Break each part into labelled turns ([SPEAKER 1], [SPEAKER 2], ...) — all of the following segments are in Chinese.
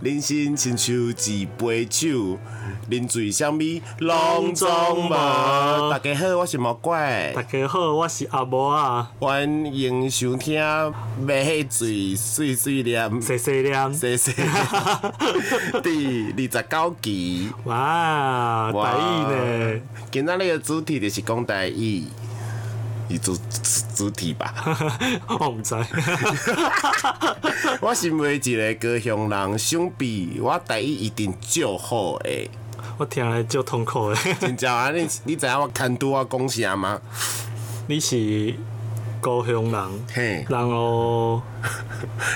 [SPEAKER 1] 人生亲像一杯酒，啉醉啥物拢总无。大家好，我是魔怪
[SPEAKER 2] 大，家好，我是阿无啊，
[SPEAKER 1] 欢迎收听《买醉碎碎念》
[SPEAKER 2] 谢谢啊念，
[SPEAKER 1] 谢谢。第二十九 期，
[SPEAKER 2] 哇，
[SPEAKER 1] 哇
[SPEAKER 2] 台语呢？
[SPEAKER 1] 今仔日的主题就是讲台语，伊主主主题吧。
[SPEAKER 2] 我毋知，
[SPEAKER 1] 我身为一个高雄人，想必我台语一定足好诶。
[SPEAKER 2] 我听来足痛苦的。
[SPEAKER 1] 真正啊，你你知影我牵拄我讲啥吗？
[SPEAKER 2] 你是高雄人，
[SPEAKER 1] 嘿，
[SPEAKER 2] 然后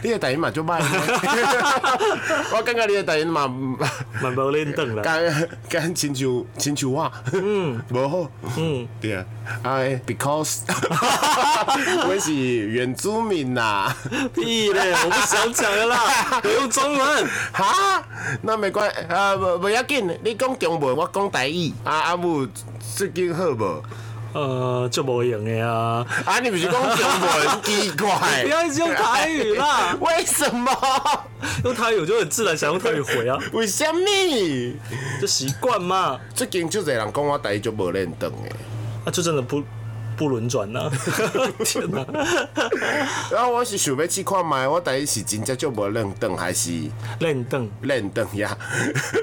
[SPEAKER 1] 你的台语嘛足歹呢，我感觉你的台语嘛，
[SPEAKER 2] 蛮无恁转啦。
[SPEAKER 1] 敢敢亲像亲像我，嗯，无好，嗯，对啊，哎，because 我是原住民呐，
[SPEAKER 2] 屁 嘞，我不想讲了 啦，我用中文。
[SPEAKER 1] 哈，那没关啊，无无要紧，你讲中文，我讲台语，啊啊母最近好无？
[SPEAKER 2] 呃，足无用的啊，
[SPEAKER 1] 啊，你不是讲中文，奇怪，
[SPEAKER 2] 不要一直用台语 啦
[SPEAKER 1] 为什么？
[SPEAKER 2] 用台语我就很自然想用台语回啊，
[SPEAKER 1] 为什么？
[SPEAKER 2] 就习惯嘛，
[SPEAKER 1] 最近就侪人讲我台语就无认同诶，
[SPEAKER 2] 啊，就真的不不轮转呐。 天哪、
[SPEAKER 1] 然后我是想要试看卖，我台语是真正就无认同，还是
[SPEAKER 2] 练凳，
[SPEAKER 1] 认同呀？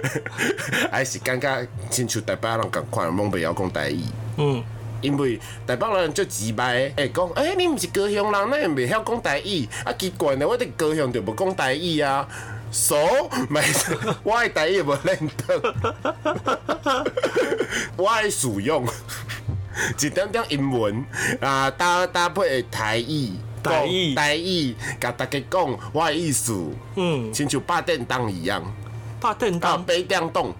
[SPEAKER 1] 还是感觉亲像台北人共款，懵袂晓讲台语。
[SPEAKER 2] 嗯，
[SPEAKER 1] 因为台北人足直白的，会讲，诶、你毋是高雄人，咱会袂晓讲台语，啊奇怪呢，我伫高雄就无讲台语啊， 所以没事，我的台语无认同， 我的使用一点点英文啊，搭搭配的台语。
[SPEAKER 2] 台
[SPEAKER 1] 讲
[SPEAKER 2] 语
[SPEAKER 1] 台语，甲大家讲我的意思，
[SPEAKER 2] 嗯，
[SPEAKER 1] 亲像八点档一样，
[SPEAKER 2] 拍电
[SPEAKER 1] 啊，
[SPEAKER 2] 当。
[SPEAKER 1] 八点档，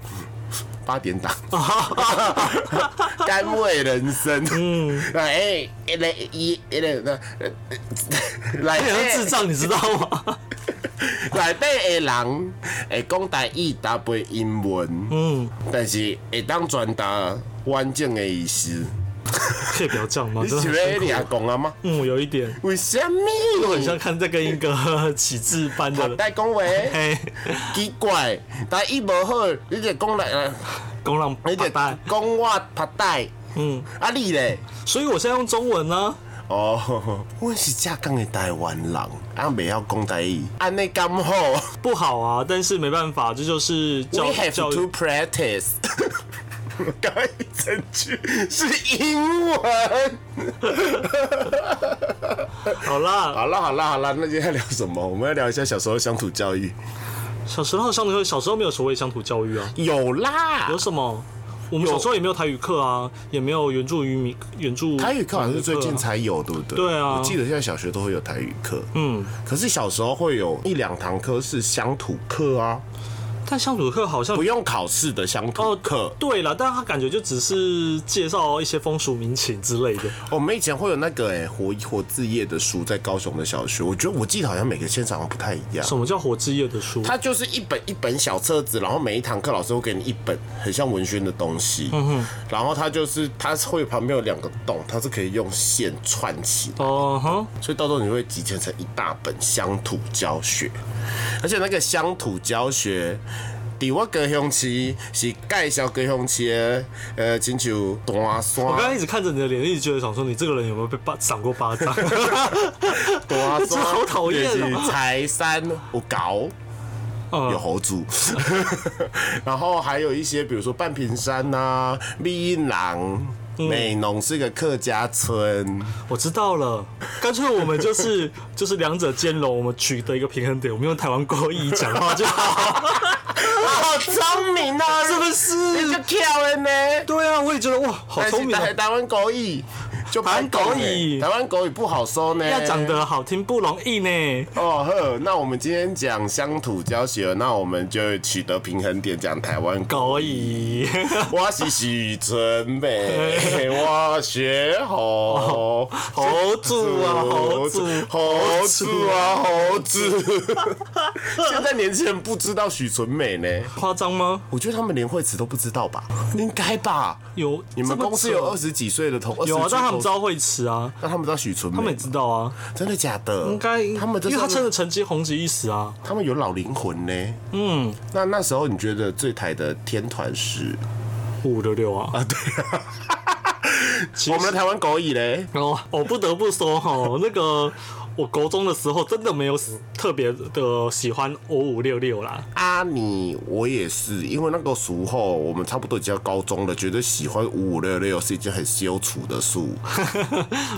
[SPEAKER 1] 八点档。甘味人生。嗯，哎，来一来来来
[SPEAKER 2] 你很智障，你知道吗？
[SPEAKER 1] 来底的人会讲台语搭配英文，
[SPEAKER 2] 嗯，
[SPEAKER 1] 但是会当传达完整的意思。
[SPEAKER 2] 可以不要这样吗？
[SPEAKER 1] 你
[SPEAKER 2] 真的
[SPEAKER 1] 是要
[SPEAKER 2] 很辛
[SPEAKER 1] 你
[SPEAKER 2] 苦。
[SPEAKER 1] 阿公啊吗？
[SPEAKER 2] 嗯，有一点，
[SPEAKER 1] 为什
[SPEAKER 2] 我很
[SPEAKER 1] 么？
[SPEAKER 2] 像看在跟一个 启智班的人，
[SPEAKER 1] 在讲话
[SPEAKER 2] 嘿，
[SPEAKER 1] 奇怪，台语无好，你就讲来，
[SPEAKER 2] 公浪
[SPEAKER 1] 你就
[SPEAKER 2] 八代
[SPEAKER 1] 讲，我拍带。
[SPEAKER 2] 嗯，
[SPEAKER 1] 啊你咧？
[SPEAKER 2] 所以我现在用中文呢、
[SPEAKER 1] 哦，阮是浙江的台湾人，啊，袂晓讲台语，安尼咁好。
[SPEAKER 2] 不好啊，但是没办法，这就是教
[SPEAKER 1] We have
[SPEAKER 2] 教育
[SPEAKER 1] to practice 。 刚刚一整句是英文。
[SPEAKER 2] 好啦，
[SPEAKER 1] 好了好了好了，那今天要聊什么？我们要聊一下小时候乡土教育。
[SPEAKER 2] 小时候乡土，小时候没有所谓乡土教育啊，
[SPEAKER 1] 有啦
[SPEAKER 2] 有，什么？我们小时候也没有台语课啊，也没有原住于民原住
[SPEAKER 1] 台语课好像是最近
[SPEAKER 2] 民啊
[SPEAKER 1] 才有，对不对？
[SPEAKER 2] 对啊
[SPEAKER 1] 我记得现在小学都会有台语课。
[SPEAKER 2] 嗯，
[SPEAKER 1] 可是小时候会有一两堂课是乡土课啊，
[SPEAKER 2] 但乡土课好像哦
[SPEAKER 1] 不用考试的乡土课。
[SPEAKER 2] 对了，但他感觉就只是介绍一些风俗民情之类的。
[SPEAKER 1] 哦我们以前会有那个哎、活活字页的书，在高雄的小学，我觉得我记得好像每个县场不太一样。
[SPEAKER 2] 什么叫活之夜的书？
[SPEAKER 1] 它就是一本一本小册子，然后每一堂课老师会给你一本很像文宣的东西，嗯、然后它就是它会旁边有两个洞，它是可以用线串起来，
[SPEAKER 2] 哦哼，
[SPEAKER 1] 所以到时候你会集结成一大本乡土教学，而且那个乡土教学。伫我高雄市是介绍高雄市的，呃，亲像大
[SPEAKER 2] 我刚
[SPEAKER 1] 山、
[SPEAKER 2] 刚一直看着你的脸，一直觉得想说你这个人有没有被巴赏过巴掌？
[SPEAKER 1] 大山，
[SPEAKER 2] 好讨厌哦
[SPEAKER 1] 啊就是柴山有狗。有
[SPEAKER 2] 嗯，
[SPEAKER 1] 猴 族，然后还有一些，比如说半屏山啊呐、密印廊、美浓是一个客家村，
[SPEAKER 2] 我知道了。干脆我们就是 就是两者兼容，我们取得一个平衡点，我们用台湾国语讲话就好，
[SPEAKER 1] 好聪明啊！
[SPEAKER 2] 是
[SPEAKER 1] 是不
[SPEAKER 2] 不
[SPEAKER 1] 是？你
[SPEAKER 2] 是？
[SPEAKER 1] 就跳了呢。
[SPEAKER 2] 对啊，我也觉得哇，好聪明啊
[SPEAKER 1] 台！台湾狗语就
[SPEAKER 2] 台湾狗语
[SPEAKER 1] 台湾狗语不好说呢。
[SPEAKER 2] 要哎讲得好听不容易呢。
[SPEAKER 1] 哦呵，那我们今天讲乡土教学，那我们就取得平衡点，讲台湾狗。
[SPEAKER 2] 国 语，
[SPEAKER 1] 我是许纯美，我学猴。
[SPEAKER 2] 猴子啊，猴子，
[SPEAKER 1] 猴子啊，猴子！现在年轻人不知道许纯美呢，
[SPEAKER 2] 夸张吗？
[SPEAKER 1] 我觉得他们连惠子都不知道吧？应该吧？
[SPEAKER 2] 有
[SPEAKER 1] 你们公司有二
[SPEAKER 2] 十
[SPEAKER 1] 十几岁的同，
[SPEAKER 2] 有啊，但他们知
[SPEAKER 1] 招，
[SPEAKER 2] 道会吃啊，
[SPEAKER 1] 那他们知道许纯美
[SPEAKER 2] 他
[SPEAKER 1] 吗，
[SPEAKER 2] 们也知道啊，
[SPEAKER 1] 真的假的？
[SPEAKER 2] 应该
[SPEAKER 1] 他们这
[SPEAKER 2] 因为他
[SPEAKER 1] 是
[SPEAKER 2] 真的成绩红极一时啊，
[SPEAKER 1] 他们有老灵魂呢。嗯，那那时候你觉得最台的天团是？
[SPEAKER 2] 五五六六啊啊对啊，
[SPEAKER 1] 我们的台湾狗乙嘞？
[SPEAKER 2] 哦，我不得不说哈， 那个我国中的时候真的没有特别的喜欢欧五六六啦，
[SPEAKER 1] 阿尼，我也是，因为那个时候我们差不多已经要高中了，觉得喜欢五五六六是一件很羞耻的事。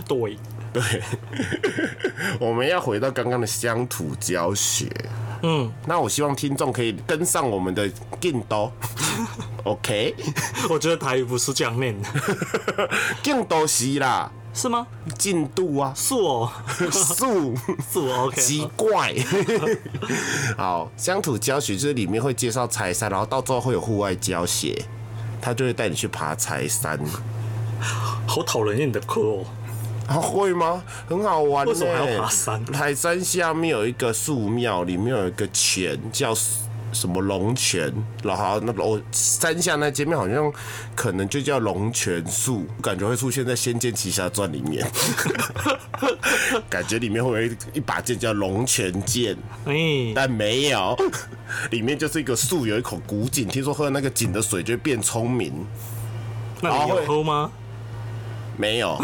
[SPEAKER 2] 对，
[SPEAKER 1] 对，我们要回到刚刚的乡土教学。嗯，那我希望听众可以跟上我们的进度。OK，
[SPEAKER 2] 我觉得台语不是这样念的，
[SPEAKER 1] 进度是啦，
[SPEAKER 2] 是吗？
[SPEAKER 1] 进度啊，
[SPEAKER 2] 是我，
[SPEAKER 1] 速。
[SPEAKER 2] 是我 OK，
[SPEAKER 1] 奇怪。 好，乡土教学就是里面会介绍柴山，然后到最后会有户外教学，他就会带你去爬柴山。
[SPEAKER 2] 好讨人厌的课哦，
[SPEAKER 1] 啊，会吗？很好玩、欸。
[SPEAKER 2] 为什么还要爬山
[SPEAKER 1] 台山下面有一个寺庙，里面有一个泉叫什么龙泉，然后那个我山下那街面好像可能就叫龙泉树，感觉会出现在《仙剑奇侠传》里 面，感觉里面会有一一把剑叫龙泉剑。
[SPEAKER 2] 哎、
[SPEAKER 1] 但没有，里面就是一个树，有一口古井，听说喝那个井的水就会变聪明。
[SPEAKER 2] 那你有喝吗？
[SPEAKER 1] 没有，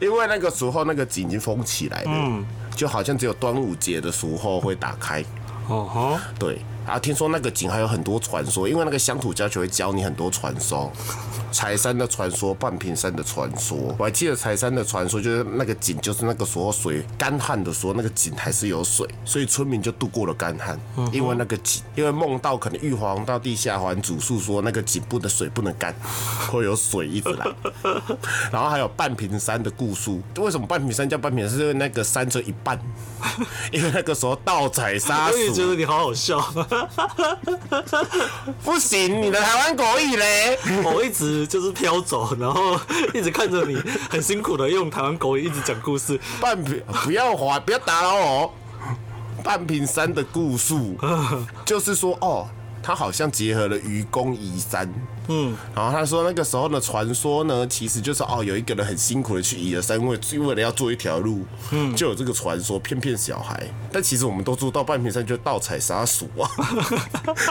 [SPEAKER 1] 因为那个时候那个井已经封起来了，就好像只有端午节的时候会打开。
[SPEAKER 2] 哦哈，
[SPEAKER 1] 对，然后听说那个井还有很多传说，因为那个乡土教学会教你很多传说， 柴山的传说、半屏山的传说。我还记得柴山的传说，就是那个井，就是那个时候水干旱的时候，那个井还是有水，所以村民就度过了干旱，
[SPEAKER 2] 嗯
[SPEAKER 1] 因为那个井。因为梦到可能玉皇大帝下凡主诉说，那个井不能水不能 干，会有水一直来。然后还有半屏山的故事，为什么半屏山叫半屏山？是因为那个山只有一 半，因为那个时候盗采杀
[SPEAKER 2] 我也
[SPEAKER 1] 鼠
[SPEAKER 2] 觉。得你好好笑，
[SPEAKER 1] 不行，你的台湾国语嘞？
[SPEAKER 2] 我一直就是飘走，然后一直看着你，很辛苦的用台湾口语一直讲故事，
[SPEAKER 1] 半瓶不要滑，不要打扰我哦。半瓶山的故事就是说，哦，他好像结合了愚公移山。嗯，然后他说那个时候的传说呢，其实就是哦，有一个人很辛苦的去移了山，因为为了要做一条路，嗯，就有这个传说骗骗小孩。但其实我们都知道，半瓶山就是盗采杀鼠啊，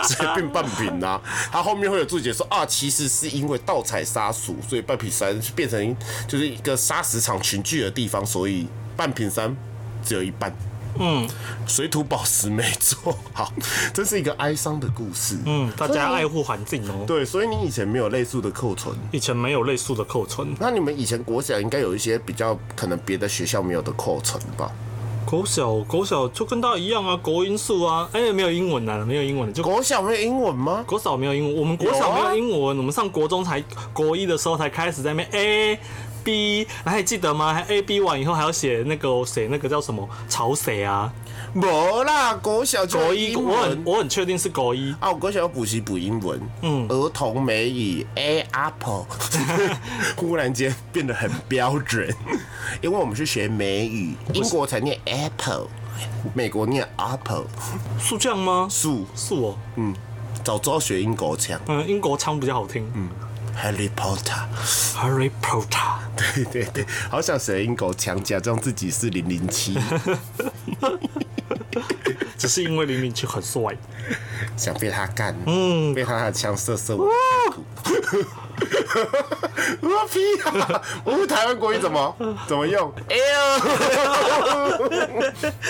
[SPEAKER 1] 所以变半瓶啊。他后面会有注解说啊，其实是因为盗采杀鼠，所以半瓶山变成就是一个杀食场群聚的地方，所以半瓶山只有一半。嗯水土保持没错，好，这是一个哀伤的故事。嗯，
[SPEAKER 2] 大家爱护环境哦。
[SPEAKER 1] 对，所以你以前没有类似的课程，
[SPEAKER 2] 以前没有类似的扣存，
[SPEAKER 1] 那你们以前国小应该有一些比较可能别的学校没有的课程吧？
[SPEAKER 2] 国小国小就跟大家一样啊，国音数啊，哎、没有英文啊，没有英文就
[SPEAKER 1] 国小没有英文吗？
[SPEAKER 2] 国小没有英文，我们国小没有英文，我们上国中才国一的时候才开始在那边 A B，还记得吗？还 A B 完以后还要写那个写那个叫什么朝谁啊？
[SPEAKER 1] 没啦，国小就有
[SPEAKER 2] 国一
[SPEAKER 1] 英
[SPEAKER 2] 我很
[SPEAKER 1] 文。
[SPEAKER 2] 我很确定是国一，
[SPEAKER 1] 啊，我国小有补习补英文，嗯，儿童美语 A apple，忽然间变得很标准，因为我们是学美语，英国才念 apple，美国念 apple，
[SPEAKER 2] 是这样吗？
[SPEAKER 1] 树，
[SPEAKER 2] 是我，
[SPEAKER 1] 嗯，早知道学英国腔。
[SPEAKER 2] 嗯，英国腔比较好听。嗯
[SPEAKER 1] Harry Potter，
[SPEAKER 2] ，Harry Potter，
[SPEAKER 1] 对对对，好想学英国强假装自己是零零 七，
[SPEAKER 2] 只是因为零零七很帅。
[SPEAKER 1] 想被他干，嗯，被他的枪射射我的屁股。 我屁啊！ 我台湾国语怎么怎么用？哎呦，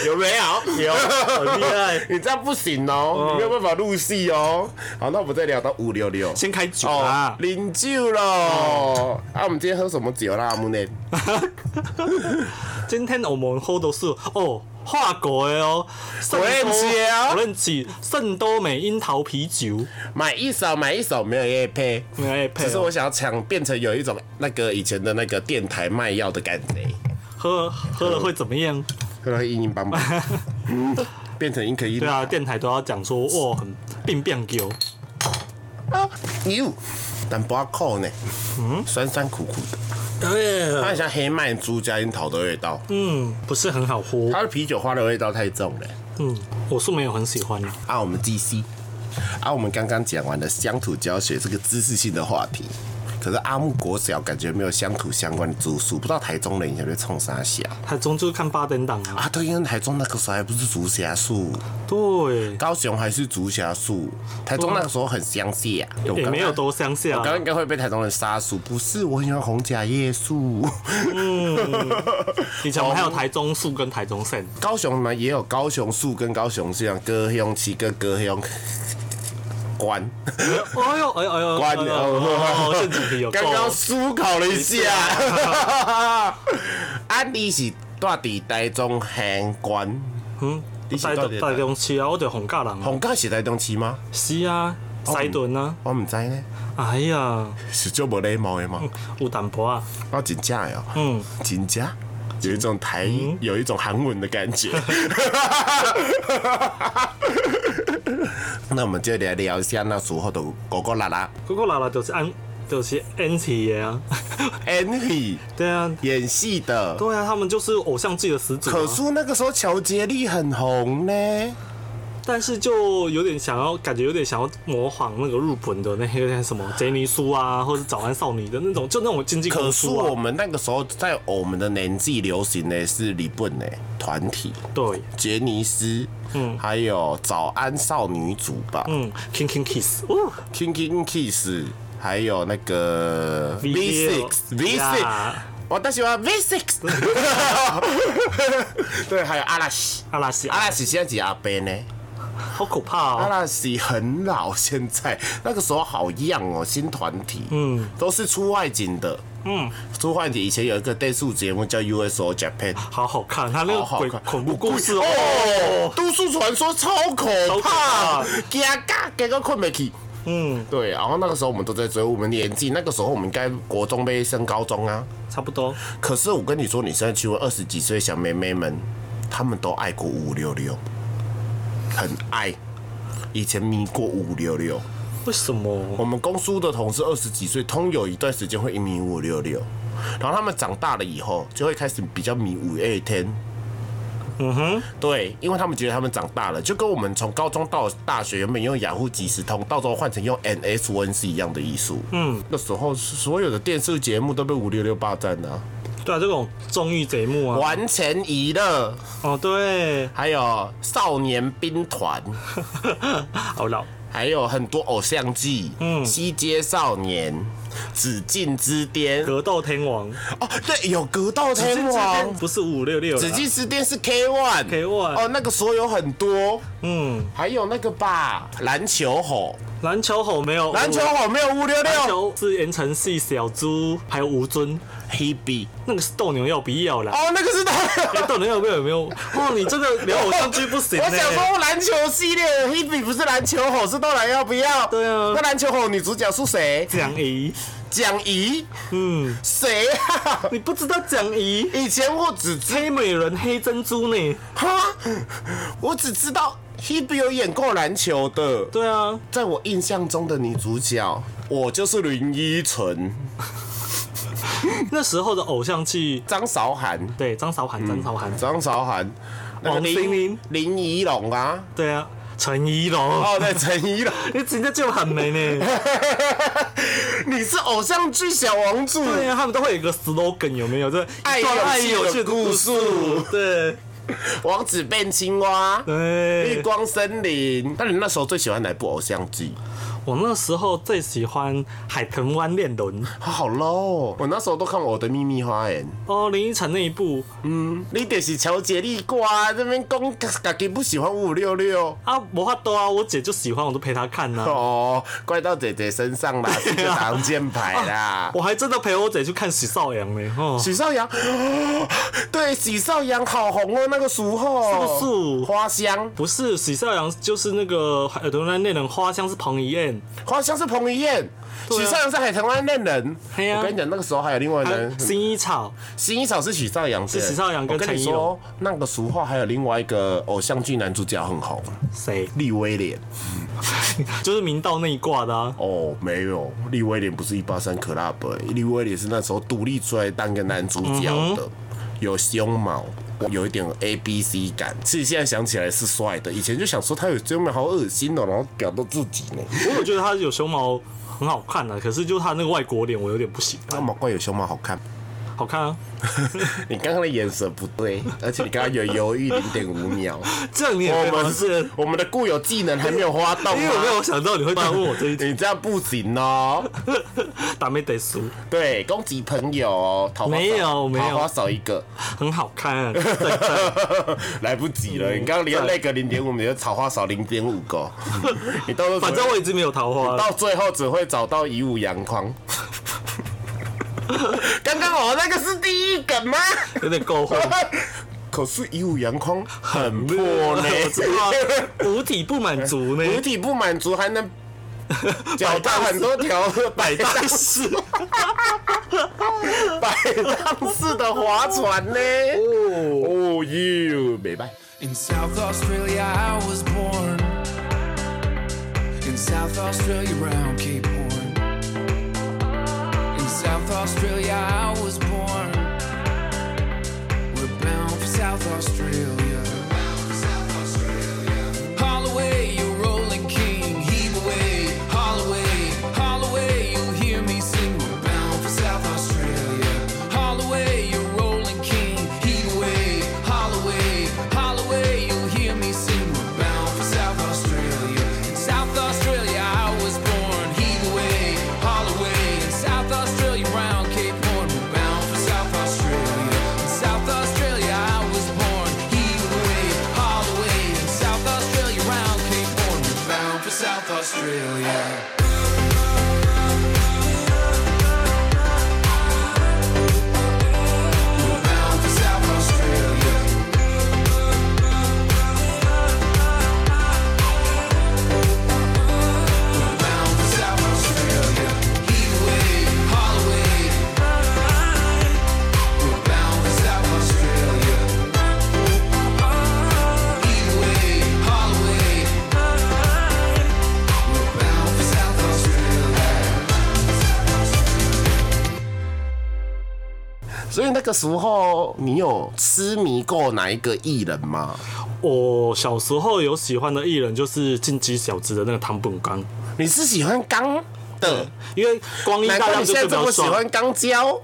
[SPEAKER 1] 有没有？
[SPEAKER 2] 有， 很厉害。
[SPEAKER 1] 你这样不行哦，你没有办法入戏哦。好，那我们再聊到五六六，
[SPEAKER 2] 先开酒
[SPEAKER 1] 哦
[SPEAKER 2] 啊，！
[SPEAKER 1] 领酒喽。
[SPEAKER 2] 哦
[SPEAKER 1] 啊，我们今天喝什么酒啦？木内，
[SPEAKER 2] 今天我们喝的是哦，法国的哦，圣多
[SPEAKER 1] Orange 啊
[SPEAKER 2] ，Orange 圣多美樱桃啤酒，
[SPEAKER 1] 买一手，买一手，没有夜配。
[SPEAKER 2] 哎，配
[SPEAKER 1] 只是
[SPEAKER 2] 哦
[SPEAKER 1] 我想要抢变成有一种那个以前的那个电台卖药的感 觉，
[SPEAKER 2] 喝喝了会怎么样？
[SPEAKER 1] 可能硬硬邦邦，嗯变成一可一
[SPEAKER 2] 对啊，电台都要讲说哦，很病变狗，
[SPEAKER 1] 啊，哟，但不要扣呢，嗯，酸酸苦苦的，
[SPEAKER 2] 啊
[SPEAKER 1] 它很像黑曼珠加樱桃的味道，
[SPEAKER 2] 嗯，不是很好喝。
[SPEAKER 1] 它的啤酒花的味道太重了，
[SPEAKER 2] 嗯，我是没有很喜欢的。
[SPEAKER 1] 啊，我们 GC，啊，我们刚刚讲完了乡土教学这个知识性的话题，可是阿木国小感觉没有乡土相关的住宿，不知道台中人以前在冲啥小
[SPEAKER 2] 台中就是看八点档啊，
[SPEAKER 1] 啊？对，因为台中那个时候还不是竹辖树，
[SPEAKER 2] 对，
[SPEAKER 1] 高雄还是竹辖树，台中那个时候很乡下、对我
[SPEAKER 2] 啊也
[SPEAKER 1] 刚
[SPEAKER 2] 没有多相似
[SPEAKER 1] 我刚刚
[SPEAKER 2] 啊。
[SPEAKER 1] 应该会被台中人杀熟，不是我很喜欢红甲夜宿。
[SPEAKER 2] 嗯以前我们还有台中树跟台中县，
[SPEAKER 1] 高雄嘛也有高雄树跟高雄县，高雄七跟高雄关
[SPEAKER 2] 哎呦哎呦哎呦，
[SPEAKER 1] 关
[SPEAKER 2] 哎呦哦，现主题有够
[SPEAKER 1] 刚刚思考了一下，安利是住伫台中县关，
[SPEAKER 2] 嗯，
[SPEAKER 1] 你是
[SPEAKER 2] 台
[SPEAKER 1] 到底
[SPEAKER 2] 中台中市啊，我就红甲人啊，
[SPEAKER 1] 红甲是台中市吗？
[SPEAKER 2] 是啊，
[SPEAKER 1] 哦
[SPEAKER 2] 西屯啊，
[SPEAKER 1] 我唔知呢，
[SPEAKER 2] 哎呀，
[SPEAKER 1] 是做无礼貌的吗？
[SPEAKER 2] 有淡薄啊，
[SPEAKER 1] 我真正的哦，
[SPEAKER 2] 嗯，
[SPEAKER 1] 真正有一种台，有一种韩文的感 觉。那我们就来聊一下那时候的狗狗啦啦
[SPEAKER 2] 哥哥啦啦就是安就是 NT 的啊，
[SPEAKER 1] ，N 戏
[SPEAKER 2] 对啊，
[SPEAKER 1] 演戏的。
[SPEAKER 2] 对啊，他们就是偶像剧的始祖、啊。
[SPEAKER 1] 可是那个时候乔杰利很红呢。
[SPEAKER 2] 但是就有点想要，感觉有点想要模仿那个日本的那些什么杰尼苏啊，或者早安少女的那种，就那种经济
[SPEAKER 1] 可
[SPEAKER 2] 科
[SPEAKER 1] 是
[SPEAKER 2] 书
[SPEAKER 1] 我
[SPEAKER 2] 啊。
[SPEAKER 1] 们那个时候在我们的年纪流行的是李本呢团体，
[SPEAKER 2] 对，
[SPEAKER 1] 杰尼斯，嗯，还有早安少女组吧、
[SPEAKER 2] 嗯，King King Kiss，哦，
[SPEAKER 1] k i n g King Kiss，还有那个 V
[SPEAKER 2] V6
[SPEAKER 1] Six V Six，
[SPEAKER 2] 呀
[SPEAKER 1] 我都喜欢 V Six，对，还有阿拉西，
[SPEAKER 2] 阿拉西，
[SPEAKER 1] 阿
[SPEAKER 2] 啊，
[SPEAKER 1] 拉西现在几阿贝呢？
[SPEAKER 2] 好可怕
[SPEAKER 1] 阿
[SPEAKER 2] 哦！
[SPEAKER 1] 拉西啊很老，现在那个时候好样哦，新团体，嗯，都是出外景的，嗯，出外景以前有一个代数节目叫 USO Japan，
[SPEAKER 2] 好好看，他那
[SPEAKER 1] 好
[SPEAKER 2] 个
[SPEAKER 1] 哦好
[SPEAKER 2] 鬼
[SPEAKER 1] 看
[SPEAKER 2] 恐怖故事哦，
[SPEAKER 1] 哦，都市传说超可
[SPEAKER 2] 超可
[SPEAKER 1] 怕
[SPEAKER 2] 怕，
[SPEAKER 1] 惊尬，给个困没起。
[SPEAKER 2] 嗯，
[SPEAKER 1] 对，然后那个时候我们都在追，我们年纪那个时候我们应该国中被升高中啊。
[SPEAKER 2] 差不多。
[SPEAKER 1] 可是我跟你说，你现在去问二十几岁小妹妹们，她们都爱过五五六六，很爱。以前迷过五五六六，
[SPEAKER 2] 为什么？
[SPEAKER 1] 我们公司的同事二十几岁，通有一段时间会迷五五六六，然后他们长大了以后就会开始比较迷五月天。嗯哼，对，因为他们觉得他们长大了，就跟我们从高中到大学原本用雅虎即时通，到时候换成用 NSN 是一样的艺术。嗯，那时候所有的电视节目都被五六六霸占了、
[SPEAKER 2] 对啊，这种综艺节目啊，
[SPEAKER 1] 完全娱乐，
[SPEAKER 2] 哦，对，
[SPEAKER 1] 还有少年兵团，
[SPEAKER 2] 好老，
[SPEAKER 1] 还有很多偶像剧，嗯，西街少年、紫禁之巅，
[SPEAKER 2] 格斗天王，
[SPEAKER 1] 哦，对，有格斗天王，
[SPEAKER 2] 不是五五六六，
[SPEAKER 1] 紫禁之巅是 K One。
[SPEAKER 2] K One
[SPEAKER 1] 哦，那个所有很多，
[SPEAKER 2] 嗯，
[SPEAKER 1] 还有那个吧，篮球吼，
[SPEAKER 2] 篮球吼没有，
[SPEAKER 1] 篮球吼没有五六
[SPEAKER 2] 哦篮
[SPEAKER 1] 六
[SPEAKER 2] 球是言承旭、小猪还有吴尊，
[SPEAKER 1] ，Hebe，
[SPEAKER 2] 那个是斗牛要不要啦？
[SPEAKER 1] 哦，那个是他。
[SPEAKER 2] 哎斗牛要不要有没有？哦，你这个聊偶像剧不行、欸。
[SPEAKER 1] 我想，说篮球系列的 Hebe 不是篮球吼，是到篮要不要？
[SPEAKER 2] 对啊
[SPEAKER 1] 那篮球吼女主角是谁？
[SPEAKER 2] 蒋怡，
[SPEAKER 1] 蒋怡，
[SPEAKER 2] 嗯，
[SPEAKER 1] 谁啊？
[SPEAKER 2] 你不知道蒋怡，
[SPEAKER 1] 以前我只知
[SPEAKER 2] 黑美人、黑珍珠呢？
[SPEAKER 1] 哈，我只知道 Hebe 有演过篮球的。
[SPEAKER 2] 对啊，
[SPEAKER 1] 在我印象中的女主角，我就是林依晨、
[SPEAKER 2] 那时候的偶像剧，
[SPEAKER 1] 张韶涵、
[SPEAKER 2] 对张韶涵，张韶涵，
[SPEAKER 1] 张韶涵、那个
[SPEAKER 2] 王心凌、
[SPEAKER 1] 林怡龙 啊，
[SPEAKER 2] 对啊，陈怡蓉，
[SPEAKER 1] 哦对，陈怡 龙，
[SPEAKER 2] 你真的就很美呢。
[SPEAKER 1] 你是偶像剧小王子。
[SPEAKER 2] 对啊，他们都会有一个 slogan，有没有？这
[SPEAKER 1] 嗯爱有
[SPEAKER 2] 一段爱
[SPEAKER 1] 趣
[SPEAKER 2] 有
[SPEAKER 1] 的
[SPEAKER 2] 趣的
[SPEAKER 1] 故
[SPEAKER 2] 故
[SPEAKER 1] 事
[SPEAKER 2] 事，对
[SPEAKER 1] 王子变青蛙，
[SPEAKER 2] 对
[SPEAKER 1] 绿。光森林。那你那时候最喜欢哪部偶像剧？
[SPEAKER 2] 我那时候最喜欢《海豚湾恋人》
[SPEAKER 1] 啊好 low，哦我那时候都看《我的秘密花园》。
[SPEAKER 2] 哦，林依晨那一部
[SPEAKER 1] 你就是乔杰利瓜这边讲自己不喜欢五五六六。
[SPEAKER 2] 啊，没法多啊，我姐就喜欢，我就陪她看啊呐、
[SPEAKER 1] 哦，怪到姐姐身上啦，是 个挡箭牌啦。
[SPEAKER 2] 我还真的陪我姐去看许绍洋呢，哦，
[SPEAKER 1] 许绍洋， 对，许绍洋好红哦，那个时候
[SPEAKER 2] 是不是
[SPEAKER 1] 花香？
[SPEAKER 2] 不是许绍洋，就是那个《海豚湾恋人》花香是彭于晏，
[SPEAKER 1] 花香是彭于晏，
[SPEAKER 2] 对啊
[SPEAKER 1] 许绍洋是海豚湾恋人。
[SPEAKER 2] 嘿啊
[SPEAKER 1] 我跟你讲，那个时候还有另外一
[SPEAKER 2] 还
[SPEAKER 1] 个
[SPEAKER 2] 有
[SPEAKER 1] 人，
[SPEAKER 2] 薰衣草，
[SPEAKER 1] 新一草是许绍洋，是
[SPEAKER 2] 许绍洋跟
[SPEAKER 1] 我跟你
[SPEAKER 2] 陈怡
[SPEAKER 1] 说，那个时候还有另外一个偶像剧男主角很红，
[SPEAKER 2] 谁？
[SPEAKER 1] 利威廉。
[SPEAKER 2] 就是明道那一挂的啊。
[SPEAKER 1] 哦，没有，利
[SPEAKER 2] 嗯
[SPEAKER 1] 威廉不是一八三 club，欸利威廉是那时候独立出来当个男主角的。有胸毛，有一点 A B C 感。其实现在想起来是帅的，以前就想说他有胸毛好恶心哦，然后表到自己呢。
[SPEAKER 2] 我有觉得他有熊毛很好看的、可是就他那个外国脸我有点不喜
[SPEAKER 1] 那
[SPEAKER 2] 欢。
[SPEAKER 1] 毛怪有胸毛好看，
[SPEAKER 2] 好看啊，
[SPEAKER 1] 你刚刚的眼神不对，而且你刚刚有犹豫零点五秒。
[SPEAKER 2] 这 样你也被
[SPEAKER 1] 我
[SPEAKER 2] 发
[SPEAKER 1] 们
[SPEAKER 2] 现
[SPEAKER 1] 是，我们的固有技能还没有花到，
[SPEAKER 2] 因为我没有想到你会问我这一题，
[SPEAKER 1] 你这样不行哦。
[SPEAKER 2] 打没得输，
[SPEAKER 1] 对，攻击朋友哦，桃花少
[SPEAKER 2] 没有没有
[SPEAKER 1] 桃花少一个，
[SPEAKER 2] 很好 看。
[SPEAKER 1] 来不及了。你刚刚连那个零点五，你就桃花少零点五个，你到时候只会
[SPEAKER 2] 反正我一直没有桃 花，
[SPEAKER 1] 到最后只会找到以武扬匡。刚刚我那个是第一梗吗？
[SPEAKER 2] 有点够混。
[SPEAKER 1] 可是以武扬匡很破呢，
[SPEAKER 2] 我知道五体不满足呢，
[SPEAKER 1] 五体不满足还能脚踏很多条百丈
[SPEAKER 2] 但是
[SPEAKER 1] 百丈式的划船呢。哦哟，没办。
[SPEAKER 3] In South Australia, I was born. In South Australia, round Cape Horn. In South Australia, I was born. We're bound for South Australia. Holloway, you rolling king. Heave away, Holloway, Holloway, you hear me sing. We're bound for South Australia. Holloway, you rolling king. Heave away, Holloway, Holloway, you hear me sing. We're bound for South Australia. In South Australia, I was born. Heave away, Holloway, in South Australia, round Cape Horn. We're bound for South Australia. In South Australia, I was born. Heave away, Holloway, in South Australia, round Cape Horn. We're bound for South Australia. We're bound for South Australia. We're bound for South Australia. Heave away, Holloway. We're bound for South Australia. Heave away, Holloway. We're bound for South Australia.
[SPEAKER 1] 所以那个时候，你有痴迷过哪一个艺人吗？
[SPEAKER 2] 我小时候有喜欢的艺人，就是进击小子的那个唐本刚，
[SPEAKER 1] 你是喜欢刚的，
[SPEAKER 2] 因为光一
[SPEAKER 1] 难
[SPEAKER 2] 大
[SPEAKER 1] 怪
[SPEAKER 2] 家
[SPEAKER 1] 你
[SPEAKER 2] 嗯就
[SPEAKER 1] 现
[SPEAKER 2] 是
[SPEAKER 1] 在这
[SPEAKER 2] 比较
[SPEAKER 1] 么喜
[SPEAKER 2] 爽。
[SPEAKER 1] 欢刚交。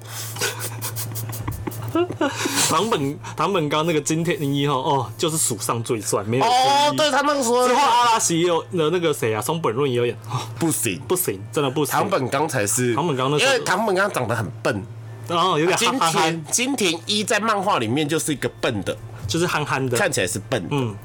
[SPEAKER 2] 唐本唐本刚那个金田一哈，哦，就是史上最帅，没有之
[SPEAKER 1] 哦，
[SPEAKER 2] 一
[SPEAKER 1] 对。他那个时候
[SPEAKER 2] 之后阿拉西也有的那个谁啊，松本润也有演，哦，
[SPEAKER 1] 不行，
[SPEAKER 2] 不行，真的不行。
[SPEAKER 1] 唐本刚才是
[SPEAKER 2] 唐本刚那时
[SPEAKER 1] 因
[SPEAKER 2] 候
[SPEAKER 1] 为唐本刚长得很 笨。
[SPEAKER 2] 然哦后有点
[SPEAKER 1] 金
[SPEAKER 2] 憨憨憨，
[SPEAKER 1] 田金田一在漫画里面就是一个笨的，
[SPEAKER 2] 就是憨憨的。
[SPEAKER 1] 看起来是笨的。
[SPEAKER 2] 嗯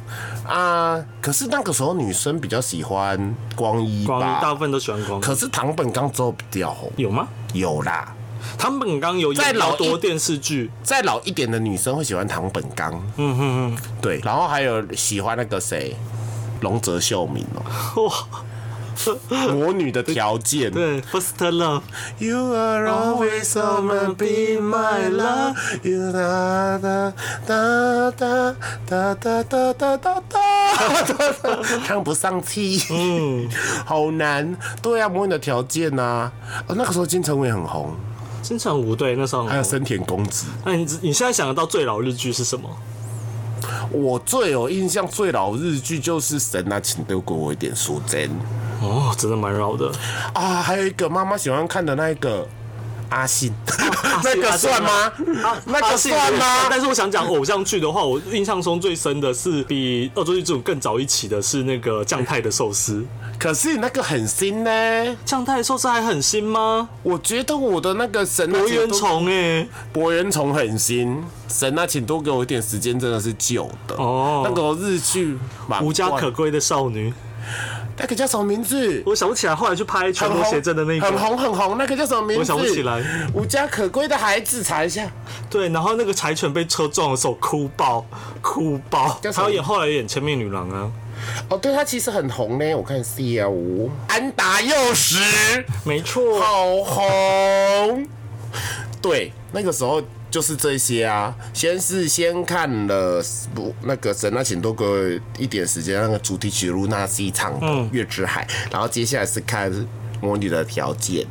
[SPEAKER 1] 啊，可是那个时候女生比较喜欢光一
[SPEAKER 2] 光一大嗯
[SPEAKER 1] 吧
[SPEAKER 2] 部。分都喜欢光一，
[SPEAKER 1] 可是唐本刚之后比较红，
[SPEAKER 2] 有吗？
[SPEAKER 1] 有啦。
[SPEAKER 2] 唐本刚有
[SPEAKER 1] 在
[SPEAKER 2] 演
[SPEAKER 1] 老
[SPEAKER 2] 老
[SPEAKER 1] 一
[SPEAKER 2] 多电视剧，
[SPEAKER 1] 再老一点的女生会喜欢唐本刚，嗯哼哼，对，然后还有喜欢那个谁，龙泽秀明 哦，
[SPEAKER 2] 哇，
[SPEAKER 1] 魔女的条件，
[SPEAKER 2] 对，First Love，
[SPEAKER 1] You are always on my be my love. You da da da da da da da da da da，唱 不上气，嗯，好难。对啊，模拟的条件啊，哦那个时候金城武也很红，
[SPEAKER 2] 金城武对那时候很
[SPEAKER 1] 还有
[SPEAKER 2] 红。
[SPEAKER 1] 森田公子。
[SPEAKER 2] 那你你现在想得到最老日剧是什么？
[SPEAKER 1] 我最有印象最老日剧就是《神啊，请丢给我一点书针
[SPEAKER 2] 哦，真的蛮老的。》
[SPEAKER 1] 啊，还有一个妈妈喜欢看的那一个。阿 信， 那个
[SPEAKER 2] 阿信
[SPEAKER 1] 算吗？那
[SPEAKER 2] 啊
[SPEAKER 1] 个
[SPEAKER 2] 是
[SPEAKER 1] 算吗？
[SPEAKER 2] 但是我想讲偶像剧的话，我印象中最深的是比《恶作剧之吻》更早一起的是那个酱太的寿司。
[SPEAKER 1] 可是那个很新呢、
[SPEAKER 2] 酱太的寿司还很新吗？
[SPEAKER 1] 我觉得我的那个神啊
[SPEAKER 2] 博
[SPEAKER 1] 请多
[SPEAKER 2] 元虫哎，
[SPEAKER 1] 博元虫很新，神啊，请多给我一点时间，真的是旧的
[SPEAKER 2] 哦
[SPEAKER 1] 那个日剧蛮
[SPEAKER 2] 无家可归的少女，
[SPEAKER 1] 那个叫什么名字？
[SPEAKER 2] 我想不起来。后来去拍《全
[SPEAKER 1] 很
[SPEAKER 2] 裸
[SPEAKER 1] 红
[SPEAKER 2] 写真》的那
[SPEAKER 1] 很
[SPEAKER 2] 个，
[SPEAKER 1] 红很红，那个叫什么名字？
[SPEAKER 2] 我想不起来。
[SPEAKER 1] 无家可归的孩子，查一下。
[SPEAKER 2] 对，然后那个柴犬被车撞的时候哭爆，哭爆。
[SPEAKER 1] 叫什
[SPEAKER 2] 还
[SPEAKER 1] 么
[SPEAKER 2] 有演后来演《千面女郎》啊，
[SPEAKER 1] 哦，对，他其实很红呢。我看 C L 五，安达幼时，
[SPEAKER 2] 没错。
[SPEAKER 1] 好红。对，那个时候就是这些啊。先是先看了不那个神啊，请多给我一点时间，那个主题曲露娜西唱的《月之海》，然后接下来是看《魔女的条件》，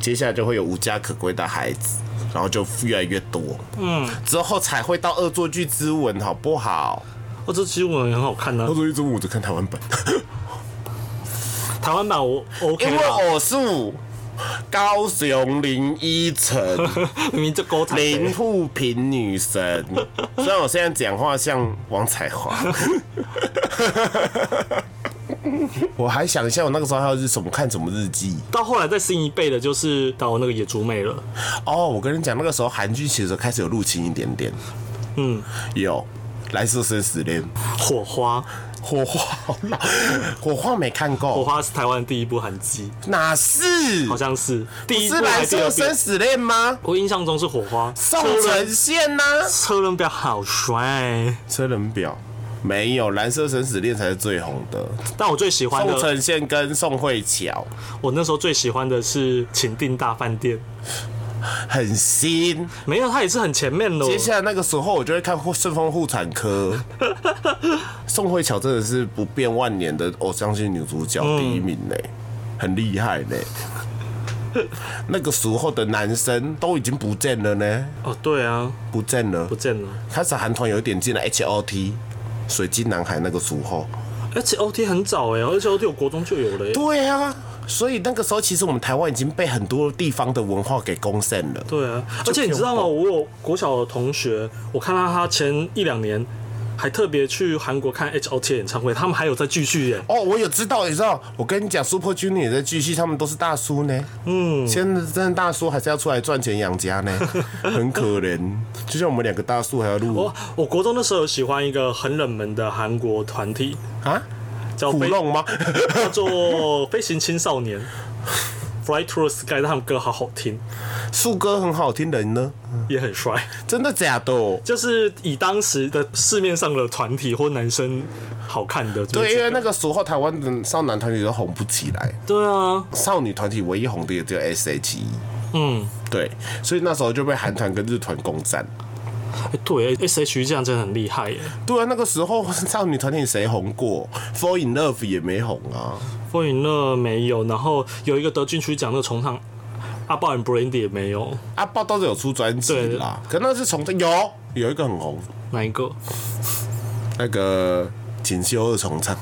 [SPEAKER 1] 接下来就会有无家可归的孩子。然后就越来越多，嗯，之后才会到《恶作剧之吻》，好不好？
[SPEAKER 2] 哦，这其实我也很好看呢、
[SPEAKER 1] 《恶作剧之吻》我只看台湾版，
[SPEAKER 2] 台湾版我 OK
[SPEAKER 1] 因为
[SPEAKER 2] 啦，
[SPEAKER 1] 偶数高雄林依晨、
[SPEAKER 2] 明明就勾台北
[SPEAKER 1] 林富平女 神，虽然我现在讲话像王彩华。我还想一下，我那个时候还有是什么看什么日记
[SPEAKER 2] 到后来再新一辈的就是到那个野猪妹了，
[SPEAKER 1] 哦。我跟你讲，那个时候韩剧其实开始有入侵一点点，
[SPEAKER 2] 嗯，
[SPEAKER 1] 有《蓝色生死恋》
[SPEAKER 2] 火花，
[SPEAKER 1] 火花好 老，火花没看
[SPEAKER 2] 火
[SPEAKER 1] 过，
[SPEAKER 2] 花是台湾第一部韩剧，
[SPEAKER 1] 哪是？
[SPEAKER 2] 好像是第一部
[SPEAKER 1] 是
[SPEAKER 2] 还
[SPEAKER 1] 蓝
[SPEAKER 2] 是第
[SPEAKER 1] 色
[SPEAKER 2] 二
[SPEAKER 1] 生
[SPEAKER 2] 部？
[SPEAKER 1] 死恋吗？
[SPEAKER 2] 我印象中是火花，
[SPEAKER 1] 宋承宪啊呢？
[SPEAKER 2] 车轮表好帅，
[SPEAKER 1] 车轮表没有，蓝色生死恋才是最红的。
[SPEAKER 2] 但我最喜欢
[SPEAKER 1] 宋
[SPEAKER 2] 的，
[SPEAKER 1] 承宪跟宋慧乔
[SPEAKER 2] 我那时候最喜欢的是《情定大饭店》，
[SPEAKER 1] 很新。
[SPEAKER 2] 没有，它也是很前面的哦。
[SPEAKER 1] 接下来那个时候，我就会看《顺风妇产科》。宋慧乔真的是不变万年的偶像剧女主角第一名呢、很厉害呢、那个时候的男生都已经不见了呢，
[SPEAKER 2] 哦，对啊，
[SPEAKER 1] 不见了
[SPEAKER 2] 不，见了。
[SPEAKER 1] 开始韩团有一点进了 H O T，水晶男孩那个时候。
[SPEAKER 2] 而且 OT 很早哎，而且 OT 我国中就有了耶。
[SPEAKER 1] 对啊，所以那个时候其实我们台湾已经被很多地方的文化给攻陷了。
[SPEAKER 2] 对啊，
[SPEAKER 1] 就
[SPEAKER 2] 而且你知道吗？
[SPEAKER 1] 偏
[SPEAKER 2] 我有国小的同学，我看到他前一两年还特别去韩国看 H O T 演唱会，他们还有在继续演。
[SPEAKER 1] 哦，我有知道，也知道。我跟你讲，Super Junior 也在继续，他们都是大叔呢。嗯，现在真的大叔还是要出来赚钱养家 呢，很可怜。就像我们两个大叔还要录
[SPEAKER 2] 我我国中的时候有喜欢一个很冷门的韩国团体，
[SPEAKER 1] 啊，
[SPEAKER 2] 叫
[SPEAKER 1] 虎
[SPEAKER 2] 飞
[SPEAKER 1] 弄吗？
[SPEAKER 2] 叫做飞行青少年 （Fly to the Sky），但他们歌好好听，
[SPEAKER 1] 树歌很好听，人呢？
[SPEAKER 2] 也很帅。
[SPEAKER 1] 真的假的？
[SPEAKER 2] 就是以当时的市面上的团体或男生好看的。就是
[SPEAKER 1] 对，因
[SPEAKER 2] 这
[SPEAKER 1] 为
[SPEAKER 2] 个
[SPEAKER 1] 那个时候台湾的少男团体都红不起来，
[SPEAKER 2] 对啊，
[SPEAKER 1] 少女团体唯一红的也只有 S.H.E。
[SPEAKER 2] 嗯，
[SPEAKER 1] 对，所以那时候就被韩团跟日团攻占。
[SPEAKER 2] 哎对，S H E 这样真的很厉害耶。
[SPEAKER 1] 对啊，那个时候少女团体谁红过？Fall in Love 也没红啊。
[SPEAKER 2] 风云乐没有，然后有一个得金曲奖的重唱，阿豹 and Brandy 也没有，
[SPEAKER 1] 啊，报道者有出专辑啦，可那是从有有一个很红，
[SPEAKER 2] 哪一个？
[SPEAKER 1] 那个锦绣二重唱，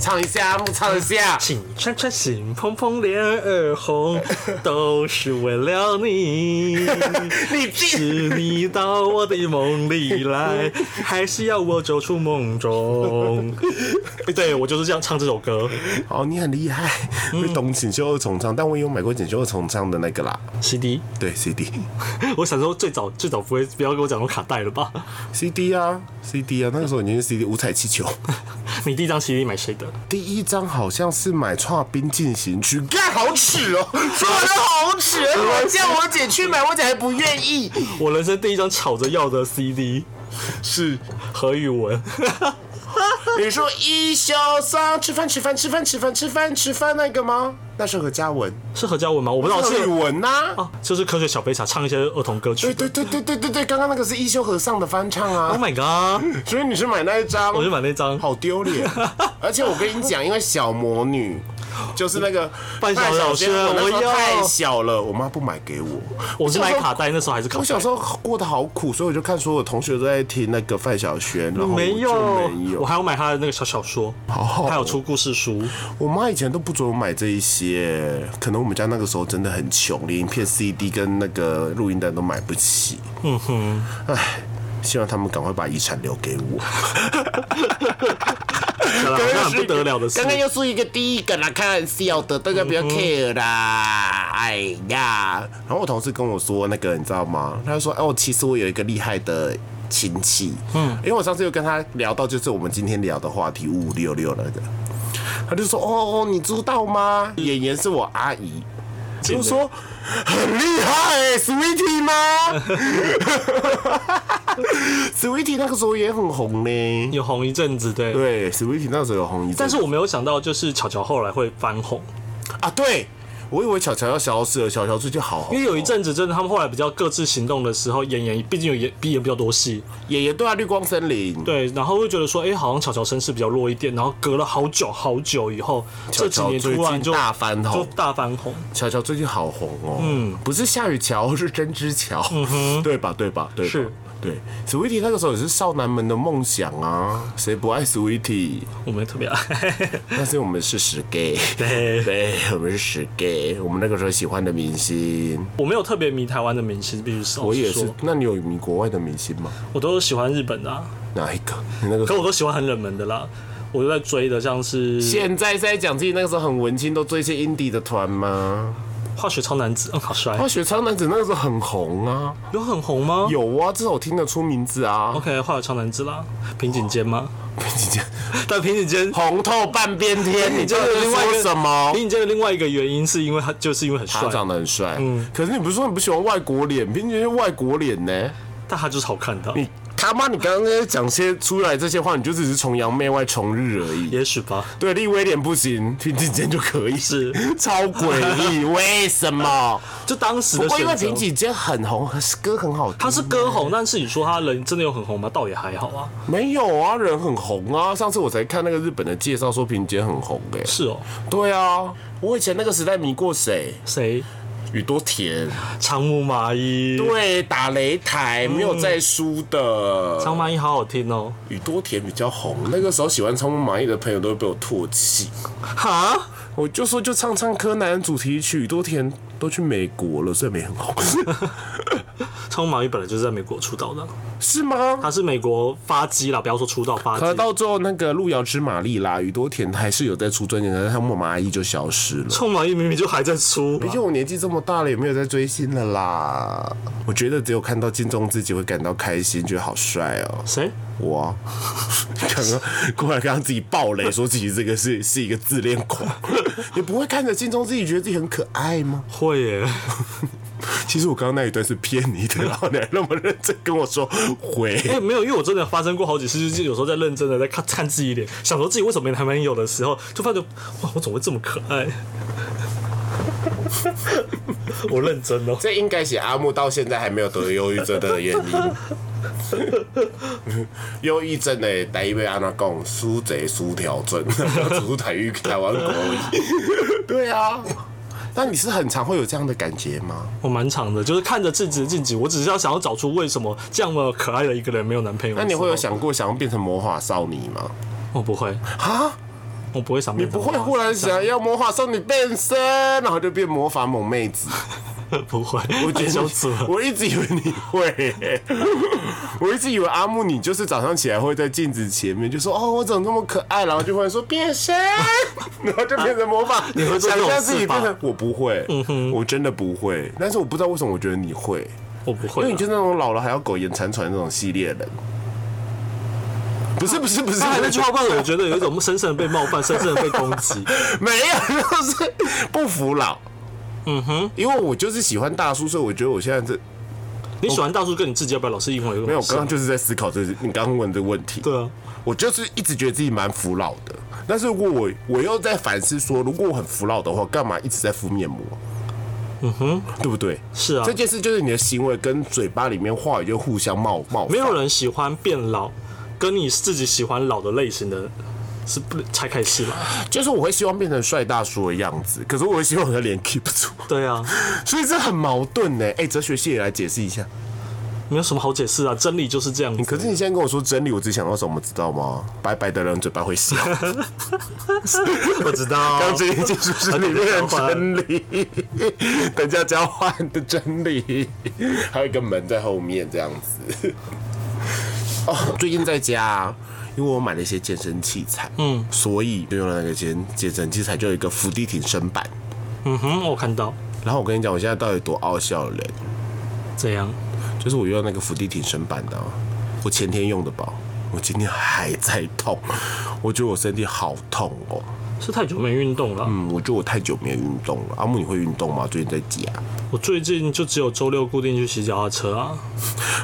[SPEAKER 1] 唱一下，唱一下。
[SPEAKER 2] 请穿穿心蓬蓬脸儿红，都是为了 你。
[SPEAKER 1] 你这
[SPEAKER 2] 是你到我的梦里 来，还是要我走出梦中？ 对我就是这样唱这首歌，
[SPEAKER 1] 哦，你很厉害，会懂锦绣二重唱，但我也有买过锦绣二重唱的那个啦，
[SPEAKER 2] CD。
[SPEAKER 1] 对 CD
[SPEAKER 2] 我想说最早最早不会不要跟我讲说卡带了吧？
[SPEAKER 1] CD 啊 CD 啊，那个时候已经是 CD 五彩气球，
[SPEAKER 2] 你第一张 CD 买谁的？
[SPEAKER 1] 第一张好像是买《跨冰进行曲》，干好耻哦，说的好耻，我叫我姐去买，我姐还不愿意，
[SPEAKER 2] 我人生第一张吵着要的 CD
[SPEAKER 1] 是。
[SPEAKER 2] 何宇文，
[SPEAKER 1] 你说一休三吃饭吃饭吃饭吃饭吃饭吃饭那个吗？那是何嘉文，
[SPEAKER 2] 是何嘉文吗？我不知道
[SPEAKER 1] 是
[SPEAKER 2] 是
[SPEAKER 1] 语文呐、
[SPEAKER 2] 啊，就是科学小飞侠唱一些儿童歌曲
[SPEAKER 1] 对。对对对对对对，刚刚那个是一休和尚的翻唱
[SPEAKER 2] Oh
[SPEAKER 1] 啊，
[SPEAKER 2] my god！
[SPEAKER 1] 所以你是买那一张
[SPEAKER 2] 我，就买那张，
[SPEAKER 1] 好丢脸。而且我跟你讲，因为小魔女就是那个
[SPEAKER 2] 半小老师
[SPEAKER 1] 我那时
[SPEAKER 2] 我
[SPEAKER 1] 候
[SPEAKER 2] 要
[SPEAKER 1] 太小了，我妈不买给我，
[SPEAKER 2] 我是买卡带，那时候还是卡
[SPEAKER 1] 我
[SPEAKER 2] 带
[SPEAKER 1] 小。时候过得好苦，所以我就看所有同学都在听那个范晓萱，然后我
[SPEAKER 2] 没
[SPEAKER 1] 就
[SPEAKER 2] 有，
[SPEAKER 1] 没有
[SPEAKER 2] 我，还有买他的那个小小说，
[SPEAKER 1] 好
[SPEAKER 2] 他有出故事书。
[SPEAKER 1] 我妈以前都不准我买这一些，可能我们家那个时候真的很穷，连一片 CD 跟那个录音带都买不起。嗯哼，唉，希望他们赶快把遗产留给我。
[SPEAKER 2] 好像很不得了的事
[SPEAKER 1] 啊刚。刚又是一个第一个啦，看笑的，大家不要 care 啦。哎呀，然后我同事跟我说那个，你知道吗？他就说，哦，其实我有一个厉害的亲戚，嗯，因为我上次又跟他聊到，就是我们今天聊的话题五五六六那个，他就说，哦，你知道吗？演员是我阿姨。就说很厉害、欸、，Sweetie 吗 ？Sweetie 那个时候也很红呢。
[SPEAKER 2] 有红一阵子，对。
[SPEAKER 1] 对，Sweetie 那时候有红一阵子，
[SPEAKER 2] 但是我没有想到，就是巧巧后来会翻红。
[SPEAKER 1] 啊，对我以为巧巧要消失了，巧巧最近好好
[SPEAKER 2] 因为有一阵子真的他们后来比较各自行动的时候，演演毕竟有演毕演比较多戏，
[SPEAKER 1] 爷爷对啊，绿光森林，
[SPEAKER 2] 对，然后会觉得说，哎、好像巧巧身世比较弱一点，然后隔了好久好久以后，
[SPEAKER 1] 巧
[SPEAKER 2] 这几
[SPEAKER 1] 巧
[SPEAKER 2] 年
[SPEAKER 1] 最
[SPEAKER 2] 突然
[SPEAKER 1] 近
[SPEAKER 2] 就
[SPEAKER 1] 大翻红
[SPEAKER 2] 就大翻红。
[SPEAKER 1] 巧巧最近好红哦，嗯，不是夏雨乔，是针织乔， 对吧？对吧？对吧，
[SPEAKER 2] 嗯是
[SPEAKER 1] 对。Sweetie 那个时候也是少男们的梦想啊，谁不爱 Sweetie？
[SPEAKER 2] 我们特别 爱，
[SPEAKER 1] 但是我们是死 gay，
[SPEAKER 2] 对
[SPEAKER 1] 对，我们是死 gay，我们那个时候喜欢的明星，
[SPEAKER 2] 我没有特别迷台湾的明星，必须是
[SPEAKER 1] 我也
[SPEAKER 2] 老实
[SPEAKER 1] 是
[SPEAKER 2] 说。
[SPEAKER 1] 那你有迷国外的明星吗？
[SPEAKER 2] 我都喜欢日本的、啊，
[SPEAKER 1] 哪一个？你那个时
[SPEAKER 2] 可
[SPEAKER 1] 候
[SPEAKER 2] 我都喜欢很冷门的啦。我都在追的像是
[SPEAKER 1] 现在是在讲自己那个时候很文青，都追一些 indie 的团吗？
[SPEAKER 2] 化学超男子，嗯，好帅
[SPEAKER 1] 啊，，雪超男子那个时候很红啊，
[SPEAKER 2] 有很红吗？
[SPEAKER 1] 有啊，至少我听得出名字啊。
[SPEAKER 2] OK，化学超男子啦，平井坚吗？
[SPEAKER 1] 你这样
[SPEAKER 2] 但平井坚，
[SPEAKER 1] 红透半边天， 你
[SPEAKER 2] 平井
[SPEAKER 1] 这
[SPEAKER 2] 坚的另外一
[SPEAKER 1] 说
[SPEAKER 2] 个
[SPEAKER 1] 什么？
[SPEAKER 2] 平井坚的另外一个原因是因为他就是因为很帅
[SPEAKER 1] 他，长得很帅，可是你不是说你不喜欢外国脸，平均是外国脸呢？
[SPEAKER 2] 但他就是好看的，
[SPEAKER 1] 你他妈，你刚刚在讲些出来这些话，你就只是崇洋媚外、崇日而已。
[SPEAKER 2] 也许吧。
[SPEAKER 1] 对，立威廉不行，平井坚就可以，
[SPEAKER 2] 是
[SPEAKER 1] 超诡异，为什么？
[SPEAKER 2] 就当时
[SPEAKER 1] 不
[SPEAKER 2] 的
[SPEAKER 1] 过因为
[SPEAKER 2] 选
[SPEAKER 1] 平
[SPEAKER 2] 择，
[SPEAKER 1] 井坚很红，歌很好听，
[SPEAKER 2] 他是歌红，但是你说他人真的有很红吗？倒也还好啊。
[SPEAKER 1] 没有嗯啊，人很红啊。上次我才看那个日本的介绍说平井坚很红哎、
[SPEAKER 2] 是哦，
[SPEAKER 1] 对啊，我以前那个时代迷过谁？
[SPEAKER 2] 谁？
[SPEAKER 1] 宇多田，
[SPEAKER 2] 长木麻衣。，
[SPEAKER 1] 对，打擂台没有再输的。
[SPEAKER 2] 长麻衣好好听哦。
[SPEAKER 1] 宇多田比较红，那个时候喜欢仓木麻衣的朋友都会被我唾弃。
[SPEAKER 2] 哈，
[SPEAKER 1] 我就说就唱唱柯南主题曲，宇多田都去美国了，所以没很 红，
[SPEAKER 2] 长木麻衣本来就是在美国出道的，啊
[SPEAKER 1] 是吗？
[SPEAKER 2] 他是美国发迹啦，不要说出道发迹
[SPEAKER 1] 可。到最后那个路遥知马力啦，宇多田还是有在出专辑，但是仓木麻衣就消失了。
[SPEAKER 2] 长木麻衣明明就还在出，
[SPEAKER 1] 毕竟我年纪这么大了，也没有在追星了啦。我觉得只有看到金钟自己会感到开心，觉得好帅哦、
[SPEAKER 2] 谁？
[SPEAKER 1] 我 啊刚刚过来刚刚自己爆雷，说自己这个是是一个自恋狂。 你不会看着金钟自己觉得自己很可爱吗？
[SPEAKER 2] 会耶，
[SPEAKER 1] 其实我刚刚那一段是骗你的，然后你还那么认真跟我说回。
[SPEAKER 2] 哎、没有，因为我真的发生过好几次，就是有时候在认真的在看看自己脸，想说自己为什么没男朋友的时候，就发觉哇，我怎么会这么可 爱？我认真哦，
[SPEAKER 1] 这应该写阿木到现在还没有得忧郁症的原因。 忧郁症的台语要安怎讲？输贼输条 症，主台语台湾国语。对啊，那你是很常会有这样的感觉吗？
[SPEAKER 2] 我蛮长的，就是看着自己的自己，我只是要想要找出为什么这么可爱的一个人没有男朋友。
[SPEAKER 1] 那你会有？想过想要变成魔法少女吗？
[SPEAKER 2] 我不会，
[SPEAKER 1] 啊，
[SPEAKER 2] 我不会想
[SPEAKER 1] 你
[SPEAKER 2] 变成
[SPEAKER 1] 不
[SPEAKER 2] 我妈。
[SPEAKER 1] 会忽然想要魔法少女变身，然后就变魔法萌妹 子？
[SPEAKER 2] 不会，
[SPEAKER 1] 我觉
[SPEAKER 2] 太羞耻
[SPEAKER 1] 得
[SPEAKER 2] 了。
[SPEAKER 1] 我一直以为你会 欸、我一直以为阿木你就是早上起来会在镜子前面就说哦我怎么这么可爱，然后就忽然说变身，然后就变成魔法。
[SPEAKER 2] 你会做这
[SPEAKER 1] 想
[SPEAKER 2] 种
[SPEAKER 1] 象自己
[SPEAKER 2] 事吧嗯
[SPEAKER 1] 变成我不会，我真的不会，但是我不知道为什么我觉得你会，
[SPEAKER 2] 我不会
[SPEAKER 1] 因
[SPEAKER 2] 啊，
[SPEAKER 1] 为你就是那种老了还要苟延残喘那种系列人。不是不是不是，
[SPEAKER 2] 刚才那句话，让我觉得有一种深深的被冒犯，深深的被攻击。
[SPEAKER 1] 没有，就是不服老。嗯哼，因为我就是喜欢大叔，所以我觉得我现在这
[SPEAKER 2] 你喜欢大叔跟你自己要不要老是因为
[SPEAKER 1] 没有，我刚刚就是在思考这，你刚刚问这个问题。
[SPEAKER 2] 对啊，
[SPEAKER 1] 我就是一直觉得自己蛮服老的，但是如果我我又在反思说，如果我很服老的话，干嘛一直在敷面膜？嗯哼，对不对？
[SPEAKER 2] 是啊
[SPEAKER 1] 这件事就是你的行为跟嘴巴里面话语就互相冒冒犯。
[SPEAKER 2] 没有人喜欢变老，跟你自己喜欢老的类型的是不才开始 吧？
[SPEAKER 1] 就是我会希望变成帅大叔的样子，可是我会希望我的脸 keep 住，
[SPEAKER 2] 对啊，
[SPEAKER 1] 所以这很矛盾呢。哎，哲学系也来解释一下。
[SPEAKER 2] 没有什么好解释啊，真理就是这样子。
[SPEAKER 1] 可是你现在跟我说真理，我只想到什么，知道吗？白白的人嘴巴会笑。
[SPEAKER 2] 我知道
[SPEAKER 1] 钢琴技术是 里面的真理，等价交换的真理，还有一个门在后面这样子。哦，最近在家，因为我买了一些健身器材，嗯，所以就用了那个健健身器材，就有一个伏地挺身板。
[SPEAKER 2] 嗯哼，我看到
[SPEAKER 1] 然后我跟你讲，我现在到底多傲笑人，
[SPEAKER 2] 这样，
[SPEAKER 1] 就是我用那个伏地挺身板的啊、我前天用的吧，我今天还在痛， 我觉得我身体好痛哦。
[SPEAKER 2] 是太久没运动了。
[SPEAKER 1] 嗯，我觉得我太久没有运动了。阿木，你会运动吗？最近在家？
[SPEAKER 2] 我最近就只有周六固定去洗脚踏车啊，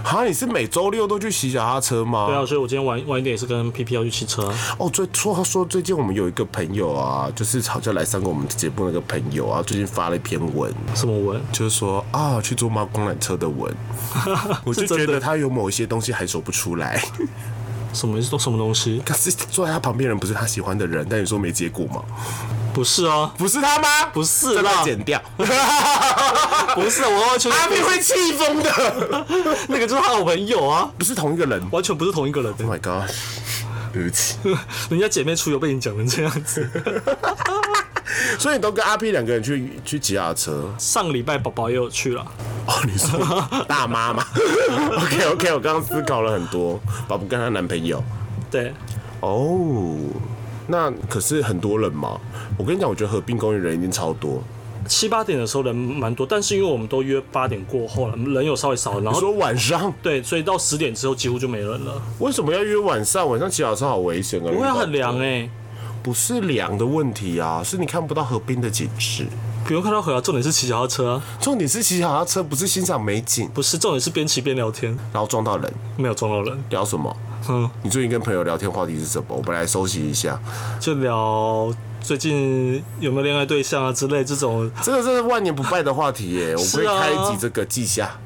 [SPEAKER 1] 哈，你是每周六都去洗脚踏车吗？
[SPEAKER 2] 对啊，所以我今天晚晚一点也是跟 P P 要去骑车啊。
[SPEAKER 1] 哦，最说说最近我们有一个朋友啊，就是好像来上过我们节目那个朋友啊，最近发了一篇文，
[SPEAKER 2] 什么文？
[SPEAKER 1] 就是说啊，去坐猫公缆车的文， 我就是
[SPEAKER 2] 真
[SPEAKER 1] 觉
[SPEAKER 2] 的
[SPEAKER 1] 得他有某一些东西还说不出来。
[SPEAKER 2] 什么什么东西？
[SPEAKER 1] 可是坐在他旁边的人不是他喜欢的人，但你说没结果吗？
[SPEAKER 2] 不 是啊，
[SPEAKER 1] 不是他吗？
[SPEAKER 2] 不是
[SPEAKER 1] 这段
[SPEAKER 2] 啦，
[SPEAKER 1] 剪 掉。
[SPEAKER 2] 不是，啊我完全
[SPEAKER 1] 阿 斌会气疯的，
[SPEAKER 2] 那个就是他的朋友啊，
[SPEAKER 1] 不是同一个人。
[SPEAKER 2] 完全不是同一个人。
[SPEAKER 1] Oh my god！对不起，
[SPEAKER 2] 人家姐妹出游被你讲成这样子。
[SPEAKER 1] 所以你都跟阿 P 两个人去去骑脚踏车
[SPEAKER 2] 上礼拜宝宝也有去了，
[SPEAKER 1] 哦？你说 大妈吗？OK OK，我刚刚思考了很多，宝宝跟她男朋友
[SPEAKER 2] 对，
[SPEAKER 1] 哦，那可是很多人嘛。我跟你讲，我觉得河滨公园人一定超多。
[SPEAKER 2] 七八点的时候人蛮多，但是因为我们都约八点过后了，人有稍微少了，然
[SPEAKER 1] 你
[SPEAKER 2] 后
[SPEAKER 1] 说晚上
[SPEAKER 2] 对，所以到十点之后几乎就没人了。
[SPEAKER 1] 为什么要约晚上？晚上骑脚踏车好危险啊！
[SPEAKER 2] 不会啊
[SPEAKER 1] 运动
[SPEAKER 2] 很凉哎、
[SPEAKER 1] 不是凉的问题啊，是你看不到河滨的景致。
[SPEAKER 2] 不用看到河啊，重点是骑脚踏车啊，
[SPEAKER 1] 重点是骑脚踏车不是欣赏美景，
[SPEAKER 2] 不是重点是边骑边聊天，
[SPEAKER 1] 然后撞到人，
[SPEAKER 2] 没有撞到人，
[SPEAKER 1] 聊什么？
[SPEAKER 2] 嗯，
[SPEAKER 1] 你最近跟朋友聊天话题是什么？我们来收集一下。
[SPEAKER 2] 就聊最近有没有恋爱对象啊之类这种，
[SPEAKER 1] 这个真是万年不败的话题耶，我们会
[SPEAKER 2] 是啊
[SPEAKER 1] 开一集这个记下。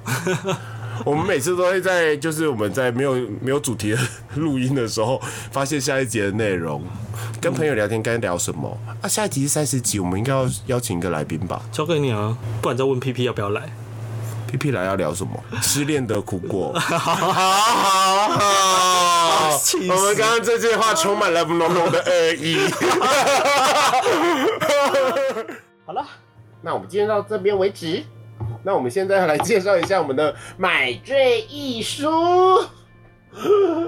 [SPEAKER 1] 我们每次都会在就是我们在没有没有主题的录音的时候，发现下一集的内容。跟朋友聊天该聊什么？啊，下一集是三十集，我们应该要邀请一个来宾吧
[SPEAKER 2] 交给你啊，不然再问 P P 要不要来。
[SPEAKER 1] ？P P 来要聊什么？失恋的苦 果。好好好好，
[SPEAKER 2] 气死
[SPEAKER 1] 我们刚刚这句话充满了浓浓的呃恶意。
[SPEAKER 2] 好了，
[SPEAKER 1] 那我们今天到这边为止。那我们现在来介绍一下我们的买醉一书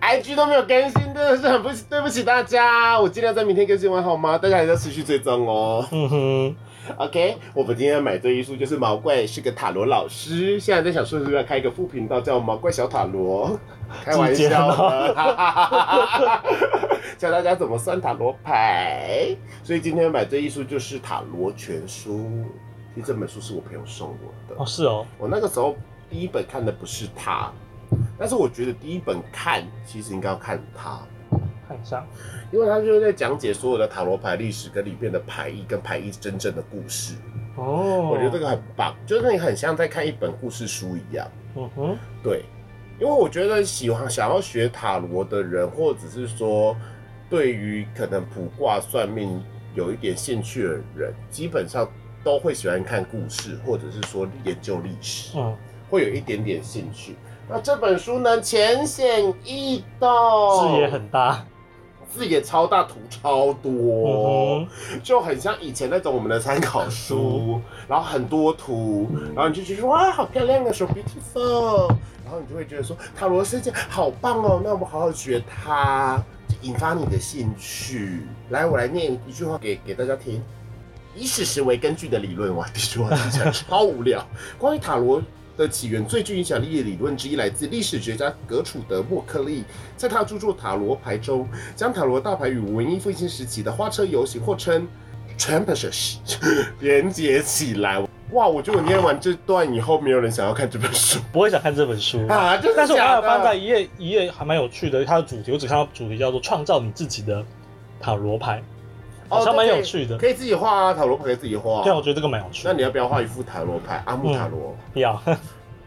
[SPEAKER 1] ，IG 都没有更新，真的是很不对不起大家。我尽量在明天更新完好吗？大家还是要持续追踪哦。
[SPEAKER 2] 嗯哼，
[SPEAKER 1] OK，我们今天的买醉一书就是毛怪是个塔罗老师，现在在想说是不是要开一个副频道叫毛怪小塔罗，开玩笑的， 教大家怎么算塔罗牌。所以今天的买醉一书就是塔罗全书，其实这本书是我朋友送我的
[SPEAKER 2] 哦，是哦，
[SPEAKER 1] 我那个时候第一本看的不是它，但是我觉得第一本看其实应该要看它。
[SPEAKER 2] 看一下，
[SPEAKER 1] 因为他就是在讲解所有的塔罗牌历史跟里面的牌意跟牌意真正的故事，
[SPEAKER 2] 哦，
[SPEAKER 1] 我觉得这，个很棒，就是你很像在看一本故事书一样。
[SPEAKER 2] 嗯哼，
[SPEAKER 1] 对，因为我觉得喜欢想要学塔罗的人，或者是说对于可能卜卦算命有一点兴趣的人，基本上都会喜欢看故事，或者是说研究历史。
[SPEAKER 2] 嗯，
[SPEAKER 1] 会有一点点兴趣。那这本书呢，浅显易懂，
[SPEAKER 2] 视野很大，
[SPEAKER 1] 字也超大，图超多，
[SPEAKER 2] 嗯
[SPEAKER 1] 就很像以前那种我们的参考书，然后很多图，然后你就觉得说哇，好漂亮啊，so beautiful，然后你就会觉得说塔罗世界好棒哦，那我们好好学它，就引发你的兴趣。来，我来念一句话给给大家听。以史实为根据的理论，哇，这句话听起来超无聊。关于塔罗的起源，最具影响力的理论之一来自历史学家格楚德·莫克利，在他著作《塔罗牌》中，将塔罗大牌与文艺复兴时期的花车游行，或称 t r a m p a s s 连接起来。哇，我觉得我念完这段以后，没有人想要看这本 书
[SPEAKER 2] 不会想看这 本书
[SPEAKER 1] 啊！真的
[SPEAKER 2] 但是我刚
[SPEAKER 1] 假
[SPEAKER 2] 才翻到
[SPEAKER 1] 的？
[SPEAKER 2] 一页一页还蛮有趣的，它的主题我只看到主题叫做“创造你自己的塔罗牌”，好像蛮有趣的。
[SPEAKER 1] 哦可以自己画啊，塔罗牌可以自己画、
[SPEAKER 2] 对，我觉得这个蛮有趣
[SPEAKER 1] 那
[SPEAKER 2] 的。
[SPEAKER 1] 你要不要画一副塔罗牌？阿木塔罗？
[SPEAKER 2] 不 要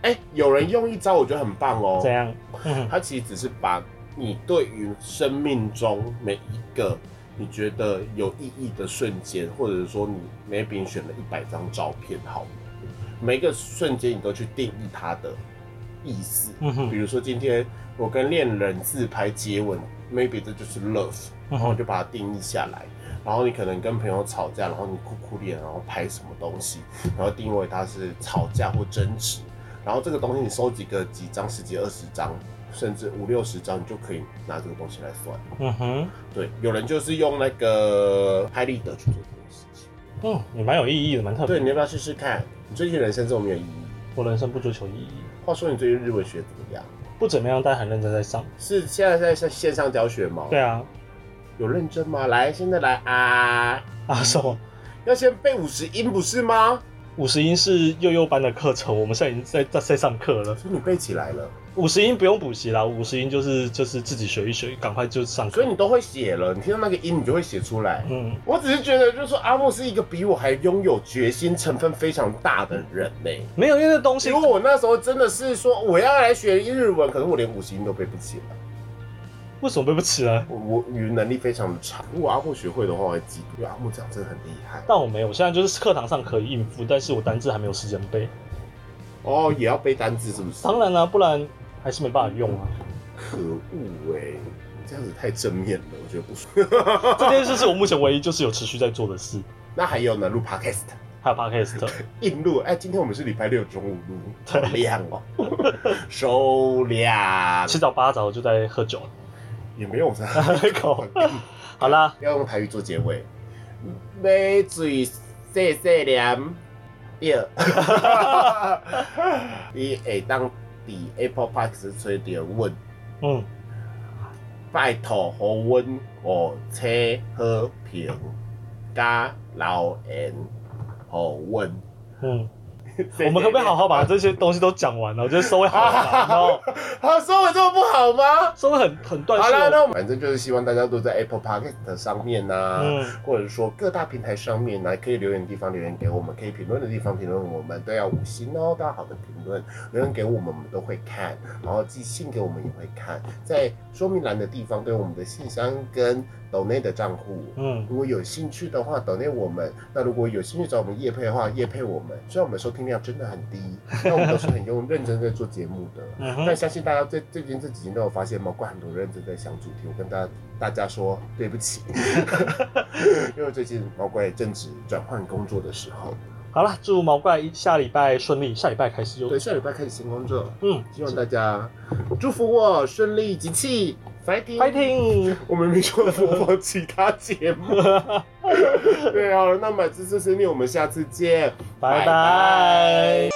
[SPEAKER 1] 哎、有人用一招，我觉得很棒哦。
[SPEAKER 2] 这样，嗯，
[SPEAKER 1] 它其实只是把你对于生命中每一个你觉得有意义的瞬间，或者是说你 maybe 你选了一百张照片，好了，每一个瞬间你都去定义它的意思。
[SPEAKER 2] 嗯哼
[SPEAKER 1] 比如说今天我跟恋人自拍接吻，maybe 这就是 love，然
[SPEAKER 2] 嗯
[SPEAKER 1] 后就把它定义下来。然后你可能跟朋友吵架，然后你哭哭脸，然后拍什么东西，然后定位它是吵架或争执，然后这个东西你收集个几张、十几、二十张，甚至五六十张，你就可以拿这个东西来算。
[SPEAKER 2] 嗯哼，
[SPEAKER 1] 对，有人就是用那个拍立得去做这件事情。
[SPEAKER 2] 嗯，也蛮有意义的，蛮特别
[SPEAKER 1] 对，你
[SPEAKER 2] 的。
[SPEAKER 1] 要不要试试看？你最近人生这么没有意义？
[SPEAKER 2] 我人生不追求意义，
[SPEAKER 1] 话说你最近日文学怎么样？
[SPEAKER 2] 不怎么样，但很认真在上。
[SPEAKER 1] 是现在在在线上教学吗？
[SPEAKER 2] 对，啊，
[SPEAKER 1] 有认真吗？来，现在来啊！
[SPEAKER 2] 啊什么？
[SPEAKER 1] 要先背五十音不是吗？
[SPEAKER 2] 五十音是幼幼班的课程，我们现在已经在在在上课了。
[SPEAKER 1] 所以你背起来了，
[SPEAKER 2] 五十音不用补习啦，五十音就是就是自己学一学，赶快就上课。
[SPEAKER 1] 所以你都会写了。你听到那个音，你就会写出来。
[SPEAKER 2] 嗯，
[SPEAKER 1] 我只是觉得，就是说阿莫是一个比我还拥有决心成分非常大的人呢、
[SPEAKER 2] 没有，因为那东西
[SPEAKER 1] 如果我那时候真的是说我要来学日文，可是我连五十音都背不起来，
[SPEAKER 2] 为什么背不起来？
[SPEAKER 1] 我我语言能力非常的差。如果阿莫学会的话，我会记住。因为阿莫讲真的很厉害
[SPEAKER 2] 但我没有，我现在就是课堂上可以应付，但是我单字还没有时间背。
[SPEAKER 1] 哦，也要背单字是不是？
[SPEAKER 2] 当然啦、不然还是没办法用啊。
[SPEAKER 1] 嗯可恶哎、你这样子太正面了，我觉得不舒服。
[SPEAKER 2] 这件事是我目前唯一就是有持续在做的事，
[SPEAKER 1] 那还有呢，录 podcast
[SPEAKER 2] 还 有 podcast。
[SPEAKER 1] 硬录。哎，今天我们是礼拜六中午录，好亮哦， 收亮
[SPEAKER 2] 七，早八早就在喝酒了，
[SPEAKER 1] 也没有啥。
[SPEAKER 2] 口。好啦，
[SPEAKER 1] 要用台语做结尾，买嘴细细念， 对， 你会当伫 Apple Park 找着阮，
[SPEAKER 2] 嗯，
[SPEAKER 1] 拜托互阮五星好评加留言，互阮。
[SPEAKER 2] 嗯，我们可不可以好好把这些东西都讲完了？我觉得收尾 好烦哦，
[SPEAKER 1] 好，收尾这么不好吗？
[SPEAKER 2] 收尾很很断
[SPEAKER 1] 好
[SPEAKER 2] 续
[SPEAKER 1] 啦，那
[SPEAKER 2] 哦。
[SPEAKER 1] 我们反正就是希望大家都在 Apple Podcast 上面呐、
[SPEAKER 2] 嗯
[SPEAKER 1] 或者说各大平台上面呢、可以留言的地方留言给我们，可以评论的地方评论我们，都要五星哦，都要好的评论，留言给我们我们都会看，然后寄信给我们也会看，在说明栏的地方都有我们的信箱跟抖内的账户。
[SPEAKER 2] 嗯，
[SPEAKER 1] 如果有兴趣的话，抖内我们。那如果有兴趣找我们叶配的话，叶配我们。虽然我们收听量真的很低，但我们都是很用认真在做节目的。
[SPEAKER 2] 嗯哼
[SPEAKER 1] 但相信大家最最近这几年都有发现，毛怪很多认真在想主题。我跟大家大家说对不起，因为最近毛怪正值转换工作的时候。
[SPEAKER 2] 好啦，祝毛怪下礼拜顺利，下礼拜开始就
[SPEAKER 1] 对，下礼拜开始新工作，
[SPEAKER 2] 嗯
[SPEAKER 1] 希望大家祝福我顺利集气，fighting
[SPEAKER 2] ，fighting，
[SPEAKER 1] 我们没说模仿其他节目。啊对，好了，那么这次是你，我们下次见，
[SPEAKER 2] 拜拜。